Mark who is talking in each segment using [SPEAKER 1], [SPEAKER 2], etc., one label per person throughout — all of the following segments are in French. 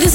[SPEAKER 1] this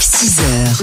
[SPEAKER 2] 6h,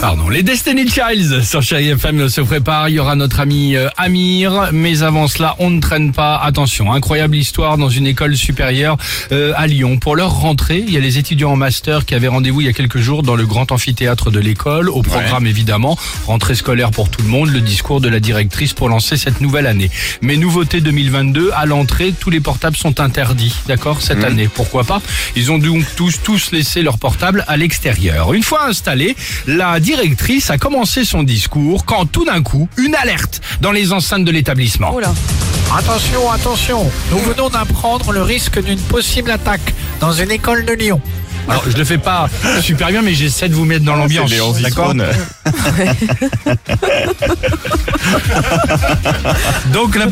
[SPEAKER 3] Pardon, les Destiny Childs sur Chéri FM se préparent. Il y aura notre ami euh, Amir, mais avant cela, on ne traîne pas. Attention, incroyable histoire dans une école supérieure euh, à Lyon. Pour leur rentrée, il y a les étudiants en master qui avaient rendez-vous il y a quelques jours dans le grand amphithéâtre de l'école. Au programme, évidemment, rentrée scolaire pour tout le monde, le discours de la directrice pour lancer cette nouvelle année. Mais nouveauté 2022, à l'entrée, tous les portables sont interdits, d'accord, cette année. Pourquoi pas Ils ont donc tous, tous laissé leur portable à l'extérieur. Une fois installé, la directrice a commencé son discours quand tout d'un coup, une alerte dans les enceintes de l'établissement.
[SPEAKER 4] Attention, attention, nous venons d'apprendre le risque d'une possible attaque dans une école de Lyon.
[SPEAKER 3] Alors, je le fais pas super bien, mais j'essaie de vous mettre dans l'ambiance, d'accord Donc la,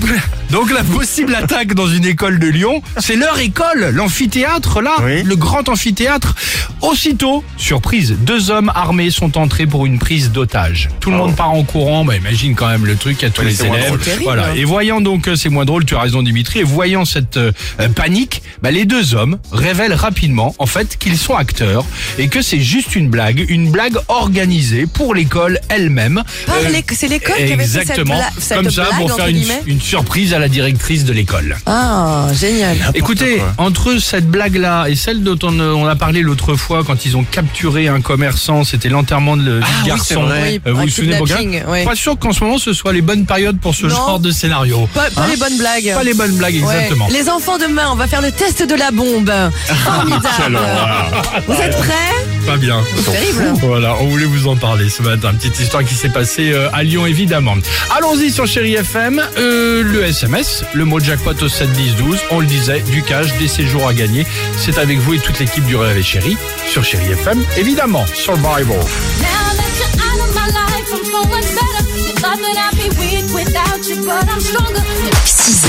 [SPEAKER 3] donc la possible attaque dans une école de Lyon, c'est leur école, l'amphithéâtre là,
[SPEAKER 5] Oui.
[SPEAKER 3] le grand amphithéâtre. Aussitôt, surprise, deux hommes armés sont entrés pour une prise d'otage. Tout le monde part en courant, bah imagine quand même le truc à tous
[SPEAKER 5] Oui,
[SPEAKER 3] les
[SPEAKER 5] Oh. c'est moins
[SPEAKER 3] élèves.
[SPEAKER 5] drôle.
[SPEAKER 2] Terrible. hein.
[SPEAKER 3] Voilà. Et voyant donc, euh, c'est moins drôle, tu as raison Dimitri, et voyant cette euh, euh, panique, bah, les deux hommes révèlent rapidement en fait qu'ils sont acteurs et que c'est juste une blague, une blague organisée pour l'école elle-même.
[SPEAKER 2] Par
[SPEAKER 3] Euh,
[SPEAKER 2] l'é- c'est l'école qui avait fait cette
[SPEAKER 3] Exactement,
[SPEAKER 2] bla- cette
[SPEAKER 3] comme ça
[SPEAKER 2] blague,
[SPEAKER 3] pour
[SPEAKER 2] entre
[SPEAKER 3] faire une,
[SPEAKER 2] guillemets.
[SPEAKER 3] une surprise à la directrice de l'école.
[SPEAKER 2] Ah, génial.
[SPEAKER 3] Écoutez, entre cette blague-là et celle dont on, euh, on a parlé l'autre fois quand ils ont capturé un commerçant, c'était l'enterrement de le du
[SPEAKER 5] Ah oui,
[SPEAKER 3] garçon. Euh,
[SPEAKER 5] c'est vrai.
[SPEAKER 2] Oui,
[SPEAKER 3] vous
[SPEAKER 2] un
[SPEAKER 3] vous souvenez
[SPEAKER 2] kidnapping,
[SPEAKER 3] Bogart
[SPEAKER 2] ouais.
[SPEAKER 3] Pas sûr qu'en ce moment ce soit les bonnes périodes pour ce
[SPEAKER 2] Non.
[SPEAKER 3] genre de scénario.
[SPEAKER 2] Pas, pas les bonnes blagues.
[SPEAKER 3] Hein Pas les bonnes blagues,
[SPEAKER 2] Ouais.
[SPEAKER 3] exactement. Ah,
[SPEAKER 2] Les enfants, demain, on va faire le test de la bombe. Formidable. Vous êtes prêts
[SPEAKER 3] Pas bien.
[SPEAKER 2] Terrible.
[SPEAKER 3] Voilà, on voulait vous en parler ce matin. Petite histoire qui s'est passée euh, à Lyon, évidemment. Allons-y sur Chéri FM. Euh, le SMS, le mot jackpot au 7 10 12. On le disait, du cash, des séjours à gagner. C'est avec vous et toute l'équipe du Réveil Chéri sur Chéri FM, évidemment. Survivor.
[SPEAKER 6] Now that you're out of my life, I'm feeling better. You thought that I'd be weak without you, but I'm stronger.
[SPEAKER 2] 6h,